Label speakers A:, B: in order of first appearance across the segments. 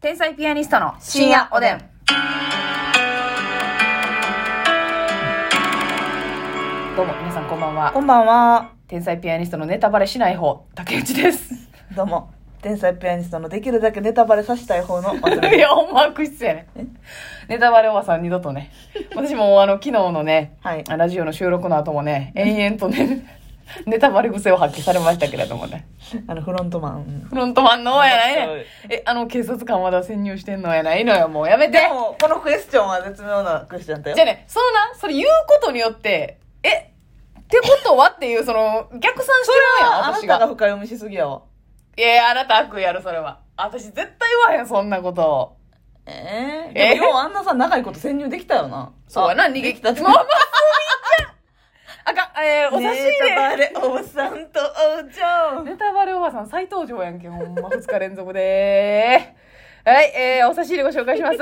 A: 天才ピアニストの深夜おでん。どうも、皆さんこんばんは
B: こ。んばんは。
A: 天才ピアニストのネタバレしない方、竹内です。
B: どうも。天才ピアニストのできるだけネタバレさせたい方 の渡辺
A: いや、ほんま悪質やね
B: え。
A: ネタバレおばさん二度とね。私もあの、昨日のね、
B: はい
A: ラジオの収録の後もね、延々とね、ネタバレ癖を発揮されましたけれどもね。
B: あの、フロントマン。
A: フロントマンの方やないね。え、あの、警察官まだ潜入してんのやないのよ、もうやめて。
B: でも、このクエスチョンは絶妙なクエスチョンだよ
A: じゃあ。ね、そのな、それ言うことによって、え、ってことはっていう、その、逆算してるやん、
B: あな
A: 私
B: たが
A: が。
B: 深読みしすぎやわ。
A: いやいや、あなた悪意ある、それは。私絶対言わへん、そんなこと。
B: え
A: え
B: えでも、ようあんなさ、長いこと潜入できたよな。
A: そうやな、
B: あ
A: 逃げ
B: で
A: き
B: き
A: た
B: た
A: って。まあまあ、そういっちゃん。あかん、えー、お刺身
B: ネタ
A: で。
B: バレ、おさんとお嬢。
A: ネタバレおばさん再登場やんけ、ほんま、2日連続ではい、えー、お差し入れご紹介 します。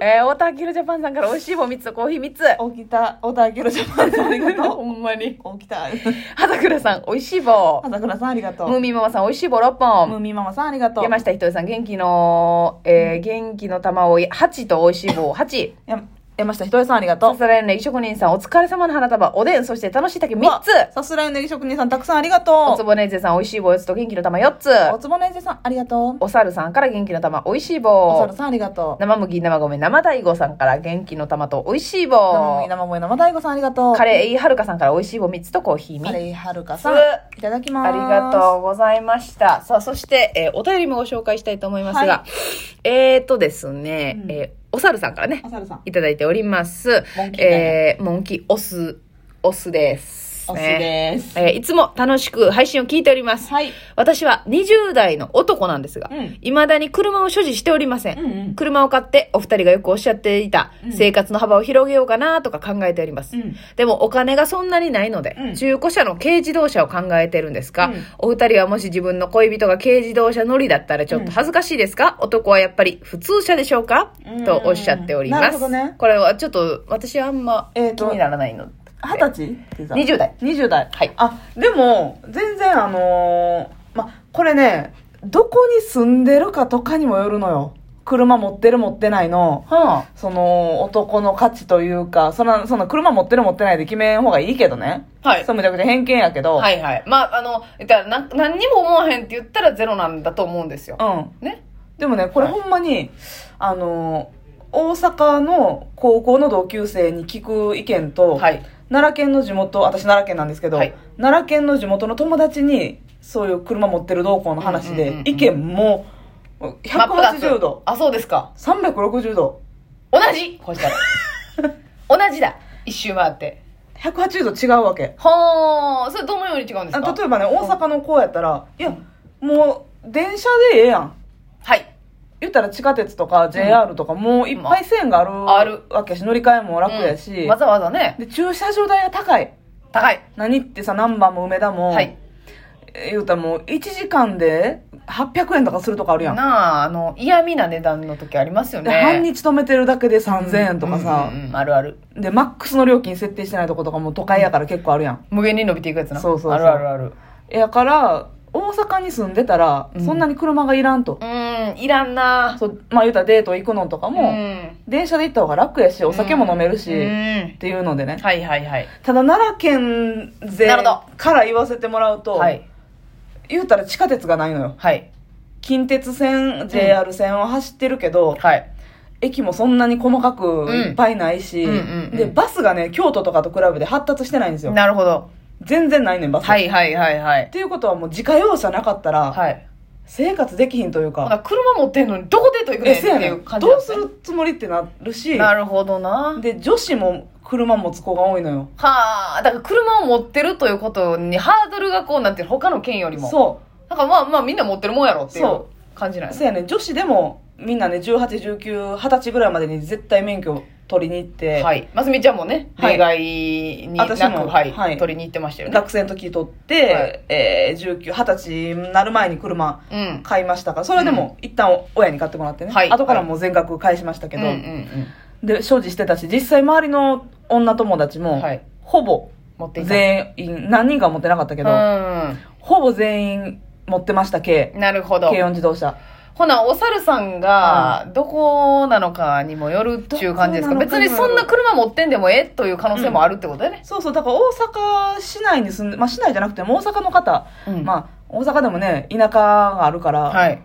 A: えー、太田明ジャパンさんから美味しい棒3つとコーヒー3つ。
B: 起きた、小田明ジャパンさんありが
A: ほ
B: と
A: んまに。
B: う。起きた。
A: 畑倉さん、美味しい棒。
B: 朝倉さんありがと
A: ムー
B: う。
A: ミンママさん、美味しい棒6
B: ムー
A: 本。
B: ミンママさんありがとう。
A: 山下ひとりさん、元気の、えー、元気の玉を8と美味しい棒8。
B: や山下ひとりさんありがとう
A: さ。すらいの歴職人さん、お疲れ様の花束、おでん、そして楽しい竹3つ。
B: さすらいのネギ職人さんたくさんありが
A: おつ
B: とう
A: ぼねいぜさん、美味しい棒4つと元気の玉4つ。
B: おつぼねじさんありがとう
A: おさるさんから元気の玉、美味しい
B: おさ
A: 棒
B: る。さんありがとう
A: 生麦、生米、生大悟さんから元気の玉と美味しい
B: 生
A: 棒
B: 麦。生萌え生大悟さんありがとう
A: カレー、いいはるかさんから美味しい棒3つとコーヒー
B: カ
A: 3つ。
B: レイはるかさんいただきます
A: ありがとうございました。さあ、そして、えーお便りもご紹介したいと思いますが、
B: は
A: えーとですね、
B: うん
A: えーおさるさんからね
B: お、さるさん
A: いただいております。
B: モンキーだね
A: えー、モンキー、オス、オスです。
B: おす
A: ね
B: です
A: えーいつも楽しく配信を聞いております。
B: はい
A: 私は20代の男なんですが、
B: うん
A: 未だに車を所持しておりません。
B: うんうん
A: 車を買ってお二人がよくおっしゃっていた
B: うん
A: 生活の幅を広げようかなとか考えております。
B: うん
A: でもお金がそんなにないので、
B: うん
A: 中古車の軽自動車を考えてるんですが、
B: うん
A: お二人はもし自分の恋人が軽自動車乗りだったらちょっと恥ずかしいですか、男はやっぱり普通車でしょうか、
B: うん
A: とおっしゃっております。
B: なるほどね
A: これはちょっと私はあんま気
B: えーと
A: にならないので。
B: 二十歳
A: 20代
B: 20代
A: はい
B: あでも全然あのーまこれねどこに住んでるかとかにもよるのよ車持ってる持ってないの
A: は
B: その男の価値というかそんなそんな車持ってる持ってないで決めん方がいいけどね
A: あ、はい
B: そ。れめちゃくちゃ偏見やけど、
A: はいはい。まあ、あの、言ったらな何にも思わへんって言ったらゼロなんだと思うんですよ
B: う。ん、
A: ね。
B: でもねこれほんまに、あの大阪の高校の同級生に聞く意見と、
A: はい。
B: 奈良県の地元私奈良県なんですけど、
A: はい
B: 奈良県の地元の友達にそういう車持ってる同校の話で、
A: うんうんうんうん
B: 意見も180度
A: あ、そうですか。
B: 360度
A: 同じこうしたら。 同じだ。一周回って。
B: 180度違うわけ
A: はー、それどのように違うんです
B: あ
A: か
B: 例えばね大阪の子やったら、いやもう電車でええやん
A: はい。
B: 言ったら地下鉄とか JR とかもういっぱい線がある
A: ある
B: わけやし乗り換えも楽やし、
A: うんわざわざね、
B: で駐車場代が高い
A: 高い。
B: 何ってさ何番も梅田も、
A: はい。
B: え言うたらもう1時間で800円とかするとかあるやん、
A: なあ、あの、嫌味な値段の時ありますよ
B: で
A: ね。
B: 半日止めてるだけで3000円とかさ、
A: うんうんうんあるある。
B: でマックスの料金設定してないとことかも都会やから結構あるやん
A: 無限に伸びていくやつな。
B: そうそうそう
A: あるあるある。
B: やから大阪に住んでたら
A: うん
B: そんなに車がいらんと
A: う、ーん、いらんな
B: そうまあ言うたらデート行くのとかも、
A: ん
B: 電車で行った方が楽やしお酒も飲めるし、
A: う
B: っ
A: ん。
B: ていうのでね
A: はいはいはい。
B: ただ奈良県勢
A: なるほ
B: から言わせてもらうと、
A: はい。
B: 言うたら地下鉄がないのよ
A: はい。
B: 近鉄線 JR 線は走ってるけど、
A: はい。
B: 駅もそんなに細かく
A: ん
B: いっぱいないし、
A: うんうんうん
B: でバスがね京都とかと比べて発達してないんですよ
A: なるほど。
B: 全然ないねんバス、
A: は
B: っ
A: いはいはいはい。
B: ていうことはもう自家用車なかったら、
A: はい。
B: 生活できひんという
A: ほな
B: か
A: 車持ってんのにどこデート行くねん
B: え
A: って
B: せやね
A: いうん感じ
B: ど
A: なん
B: う
A: ですすね
B: るつもりってなるし
A: なるほどな。
B: で女子も車持つ子が多いのよ
A: はあ、だから車を持ってるということにハードルがこうなんていうの他の県よりも。
B: そ
A: なんかまあまあみんな持ってるもんやろっていう
B: そ
A: 感じなん
B: う
A: や
B: せやねん女子でもみんなね181920歳ぐらいまでに絶対免許取りに行って、
A: はい。ますみちゃんもね、
B: はい
A: 例外になく、
B: 私も
A: はい、
B: はい
A: 取りに行ってましたよね。
B: 学生の時取って、
A: はい
B: えー、19、20歳になる前に車
A: うん。
B: 買いましたから、それでも一旦親に買ってもらってね、
A: はい
B: 後からもう全額返しましたけ
A: け
B: ど、
A: うんうんうん。
B: で、所持してたし、実際周りの女友達も、
A: はい
B: ほぼ
A: 持っていった。
B: 全員、何人かは持ってなかったけど、
A: う
B: ほぼ全員持ってました、軽、
A: ん。なるほど。
B: 軽音自動車。
A: ほな、お猿さんが、どこなのかにもよるっていう感じですか
B: どこなの
A: 別
B: かに
A: に
B: もよる
A: そんな車持ってんでもええという可能性もあるってことだよね。
B: そうそう、だから大阪市内に住んで、まあ市内じゃなくても大阪の方、
A: うん
B: まあ大阪でもね、田舎があるから、
A: はい。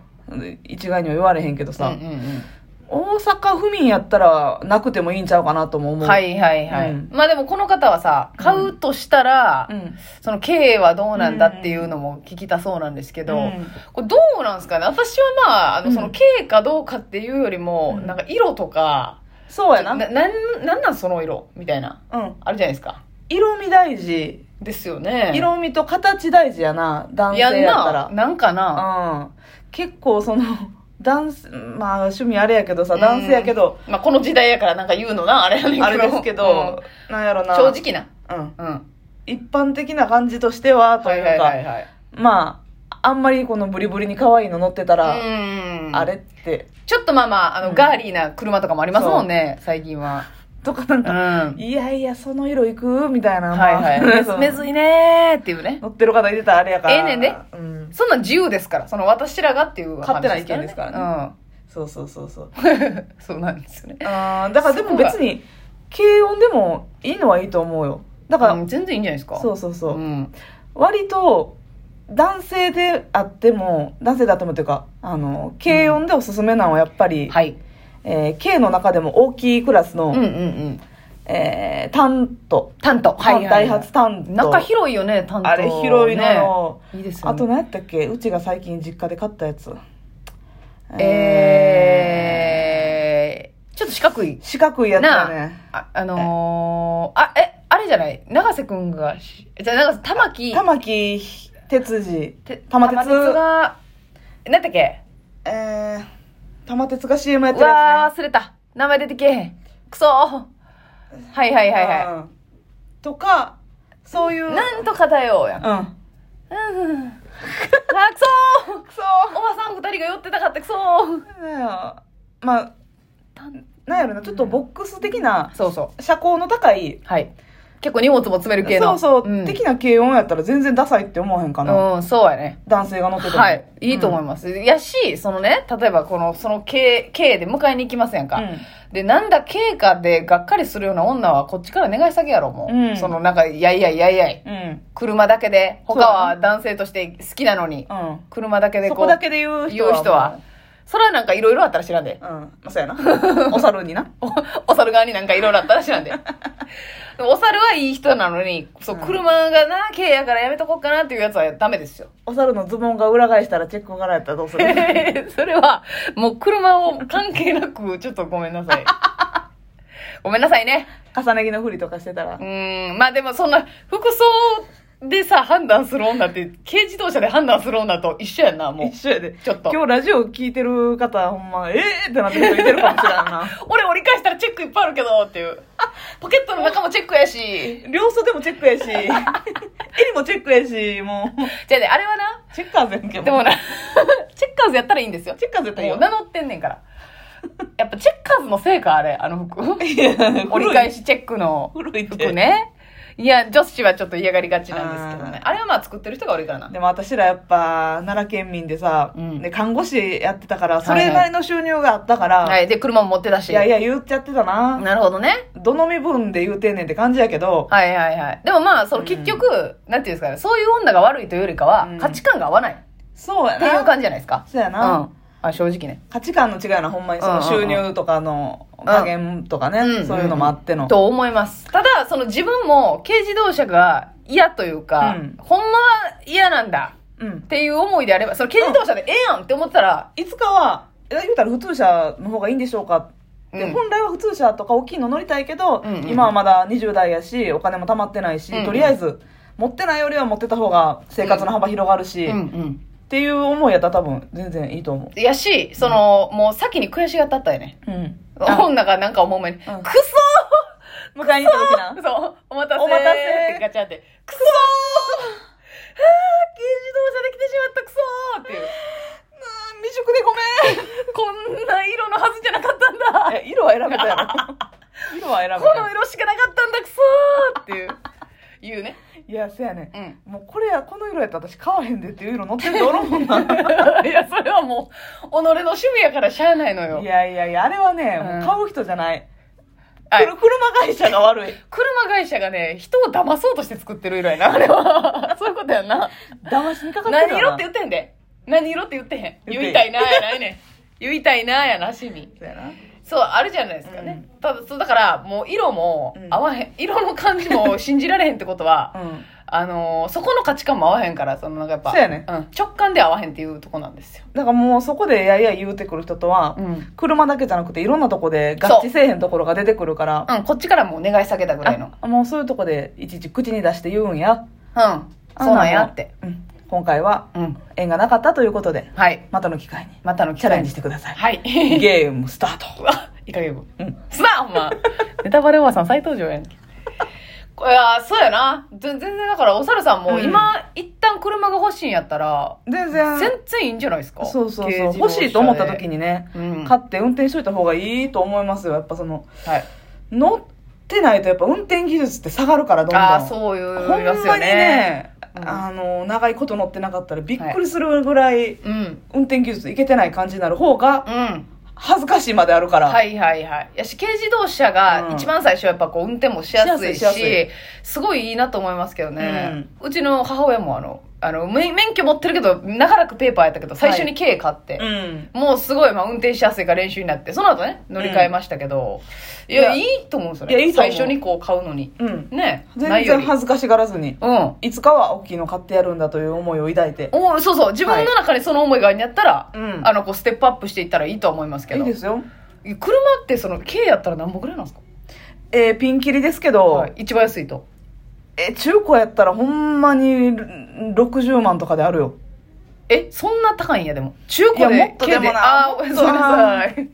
B: 一概には言われへんけど
A: うん
B: さ、
A: うん
B: 大阪府民やったらなくてもいいんちゃうかなと
A: う
B: も思
A: ん。
B: う。
A: はいはいはい。
B: うん
A: まあでもこの方はさ、買うとしたら、
B: うん。
A: その経営はどうなんだっていうのも聞きたそうなんですけど、
B: うん
A: これどうなんですかね私はまあ、あの、
B: うん
A: その経営かどうかっていうよりも、
B: うん
A: なんか色とか、
B: そうやな。
A: な、
B: う
A: なん、なんなんその色みたいな、
B: ん。
A: あるじゃないですか。
B: 色味大事。
A: ですよね。
B: 色味と形大事やな、男性
A: やん
B: やった
A: な
B: ら。。
A: なんかな。
B: うん。結構その、男性、まあ趣味あれやけどさ、男性やけど、
A: まあ、この時代やからなんか言うのな、あれやねんけど。
B: あれですけど、なんやろ
A: うん
B: な。
A: 正。直な。
B: うん。
A: うん。
B: 一般的な感じとしては、と
A: はいいうはい
B: か、
A: はいはい。
B: まあ、あんまりこのブリブリに可愛いの乗ってた
A: う
B: ら、
A: ん。
B: あれって、
A: ちょっとまあまあ、あの、
B: うん
A: ガーリーな車とかもありますもんね、最近は。
B: とかなん
A: う
B: か、
A: ん。
B: いやいや、その色いくみたいな。ま
A: はい
B: あ
A: はい。
B: そう
A: 目目ずいねーっていうね。
B: 乗ってる方いてたらあれやから。
A: ええねんで
B: うん。
A: そんなん自由ですから、その私らがっていう話
B: 勝手な意見ですから
A: ね。
B: そうそうそうそう。
A: うん。 そうなんですよね。
B: あーだからで
A: そ
B: も
A: こが
B: 別に、軽音でもいいのはいいと思うよ。だから、
A: うん全然いいんじゃないですか。
B: そううそうそう。
A: ん。
B: 割と、男性であっても、男性であってもというか、あの、軽音でおすすめなのはやっぱり、
A: はい。
B: えー軽の中でも大きいクラスの、
A: うんうんうん。
B: えータント。
A: 担当。はいはいはい。
B: ダイハツタント。
A: 中広いよね、担当。
B: あれ広いのよ。
A: ね。いいですよ
B: あと
A: ね。
B: 何やったっけうちが最近実家で買ったやつ。
A: えー、ちょっと四角い。
B: 四角いやつだね。
A: あ、あのー、あ、え、あれじゃない長瀬くんがし、じゃあ長瀬、玉木、
B: 玉木哲司。
A: て
B: 玉鉄
A: が、なんだっけ
B: えー、玉鉄が CM やっ
A: う
B: てる
A: わ
B: や
A: ー、忘れた。名前出てけえへん。くそーはいは
B: つ
A: い
B: ね。
A: はいはい。
B: い。とか、そういう。
A: なんとかだよやん。
B: う
A: う
B: ん。
A: ん。あ、くそー
B: くそ
A: おばさん二人が寄ってたかったくそー
B: ーなんやまあ、なんやろな、ちょっとボックス的な、
A: そうそ
B: 車高の高い、
A: う。はい。結構荷物も詰める系
B: そ
A: の。
B: うそう、
A: うん、
B: 的な軽音やったら全然ダサいって思わへんかな。
A: うん、そうやね。
B: 男性が乗ってても。
A: はい。いいと思います。やし、そのね、例えばこの、その経経営で迎えに行きますやんか。
B: うん
A: で、なんだ経かでがっかりするような女はこっちから願い下げやろ、もう。
B: うん
A: そのなんか、いやいやいやいやい。
B: うん。うん。
A: 車だけで、他は男性として好きなのに、
B: うん。
A: 車だけで
B: そ
A: こ
B: こ
A: う、
B: だけで言う人
A: 言
B: は。
A: う人は。それはなんかいろいろあったら知らんで。
B: うん。まあそうやな。お猿にな。
A: お猿側になんかいろいろあったらしい なんで。でもお猿はいい人なのに、そう、
B: うん
A: 車がな、軽やからやめとこうかなっていうやつはダメですよ。
B: お猿のズボンが裏返したらチェックからやったらどうする
A: それは、もう車を関係なく、ちょっとごめんなさい。 ごめんなさいね。
B: 重ね着のふりとかしてたら
A: う。ーん、まあでもそんな、服装でさ、判断する女って、軽自動車で判断する女と一緒やんな、もう。
B: 一緒やで。
A: ちょっと
B: 今。日ラジオ聞いてる方、ほんま、ええー、ってなってる人いてるかもしれんな。
A: 俺折り返したらチェックいっぱいあるけど、っていう。ポケットの中もチェックやし。
B: 両袖もチェックやし、 襟もチェックやし、も
A: じゃあね、あれはな、
B: う、チェッカーズやんけ、
A: でもな、 チェッカーズやったらいいんですよ。
B: チェッカーズやったらいい
A: も
B: よ
A: う名乗ってんねんから。やっぱチェッカーズのせいか、あれ、あの服。
B: や
A: 折り返しチェックの
B: 古いって
A: 服ね。いや、女子はちょっと嫌がりがちなんですけどね。
B: あ
A: あれはまあ作ってる人が悪いからな。
B: でも私らやっぱ、奈良県民でさ、
A: うん
B: で看護師やってたから、
A: い
B: それなりの収入があったから、、
A: はいい。で、車も持ってたし。
B: やいや言っちゃってたな。
A: なるほどね。
B: どの身分で言うてんねんって感じやけど、
A: はいはいはい。でもまあ、その
B: うん
A: 結局、なんていうんですかね、そういう女が悪いというよりかは、
B: うん
A: 価値観が合わないっ
B: そうや
A: て
B: な。
A: いう感じじゃないですか。
B: そうや
A: う
B: な。
A: ん。あ、正直ね。
B: 価値観の違いな、ほんまに。その収入とかの加減とかね、
A: うん
B: そういうのもあっての。
A: と思います。ただ、その自分も軽自動車が嫌というか、
B: うん
A: ほんまは嫌なんだ
B: うん
A: っ。ていう思いであれば、その軽自動車でええやんって思ってたら、
B: いつかは、え言うたら普通車の方がいいんでしょうかって、
A: うん
B: 本来は普通車とか大きいの乗りたいけど、
A: うんうん
B: 今はまだ20代やし、お金も貯まってないし、
A: うんうん
B: とりあえず、持ってないよりは持ってた方が生活の幅広がるし、
A: うんう
B: っ
A: ん。
B: ていう思いやったら多分全然いいと思
A: やし、その、もう先に悔しがったったよね。
B: う。うん。
A: 女がなんか思う前に、くそ
B: うん
A: ー
B: 迎えに行った時な。
A: そう、お待たせー
B: お待たせ
A: ってガチャって、くそーはー軽自動車で来てしまったくそーっていう。
B: うん未熟でご
A: こ
B: め
A: んな色のはずじゃなかったんだ
B: ん。え、色は選べたやろ。色は選べ
A: こ
B: た
A: の
B: や
A: 色しかなかったんだくそーっていう。言うね。
B: ろ。いや、そうやね。
A: うん。
B: もうこれや、この色やったら私買わへんでっていう色乗ってるとおる もんな。
A: いや、それはもう、己の趣味やからしゃあないのよ
B: い。やいやいや、あれはね、
A: うん
B: もう買う人じゃない。
A: はい
B: 車会社が悪い。
A: 車会社がね、人を騙そうとして作ってる色やな、あれは。 そういうことやんな。
B: 騙しにかかってる
A: 何
B: よ
A: 色
B: な
A: って言ってへんで。何色って言ってへん。
B: 言ってへん
A: 言いたいなやないね ん。言いたいなやなしに。
B: そうやな
A: そう、あるじゃないですかね。ただ、そうだから、もう色も
B: うん
A: 合わへん。色の感じ も信じられへんってことは、
B: うん。
A: あのーそこの価値観も合わへんから、そのなんかやっぱ、
B: そうやね
A: ん直感で合わへんっていうとこなんですよ。
B: だからもうそこでやいやい言うてくる人とは、
A: うん。
B: 車だけじゃなくていろんなとこで合致せえへんところが出てくるから、
A: うん、こっちからもう願い下げたぐらいの。
B: あもうそういうとこでいちいち口に出して言うんや。
A: うん。
B: あ
A: そうなんやって。。
B: もうん今回は
A: うん。
B: 縁がなかったということで、
A: はい。
B: またの機会に
A: またの
B: チャレンジして
A: く
B: くださ
A: だ
B: い。
A: さい。はい。
B: ゲームスタート。
A: うわいかげむ。
B: うん
A: すな、ほんま。ネタバレおばさん再登場やんけ。いやー、そうやな。ぜ全然だから、お猿さんも
B: うん
A: 今、一旦車が欲しいんやったら、
B: 全
A: 全
B: 然。
A: 然いいんじゃないですか。
B: そうそうそう。
A: 軽自動
B: 欲し
A: 車で
B: いと思った時にね、
A: うん。
B: 買
A: は
B: って運転しといた方がいいと思いますよ。やっぱその、
A: い。
B: 乗ってないとやっぱ運転技術って下がるから、どんどん。
A: ああ、そういう、
B: ほんまに。ね、
A: うん
B: あの、長いこと乗ってなかったらびっくりするぐらい
A: うん。
B: 運転技術いけてない感じになる方が
A: うん。
B: 恥ずかしいまであるから。
A: はいはいはい。やし、軽自動車
B: う
A: が
B: ん
A: 一番最初やっぱこう運転もしやすいし、
B: しやすいしや
A: すごいいいなと思いますけどね。うちの母親もあの、あの、免免許持ってるけど、長らくペーパーやったけど、最初に軽買って。
B: うん。
A: もうすごい、まあ、運転しやすいから練習になって、その後ね、乗り換えましたけど、いや、
B: い
A: い
B: や
A: いと思うんですよね。
B: いやいいと思う
A: 最初にこう買うのに。
B: うん。
A: ね。ない
B: 全
A: よ
B: 然
A: り
B: 恥ずかしがらずに。
A: うん。
B: いつかは大きいの買ってやるんだという思いを抱いて。
A: おそうそう、自分の中にその思いがあるんやったら、
B: うん
A: あの、こう、ステップアップしていったらいいとは思いますけ
B: いい
A: ど。
B: ですよ。
A: 車って、その、軽やったら何本ぐらいなんですか
B: えー、ピンキリですけど、
A: はい一番安いと。
B: えー、中古やったらほんまにん60万とかであるよ。
A: え、そんな高いんや、でも。中
B: い
A: 古
B: や
A: で
B: もっとでもな
A: 軽あー、ごめんなさい。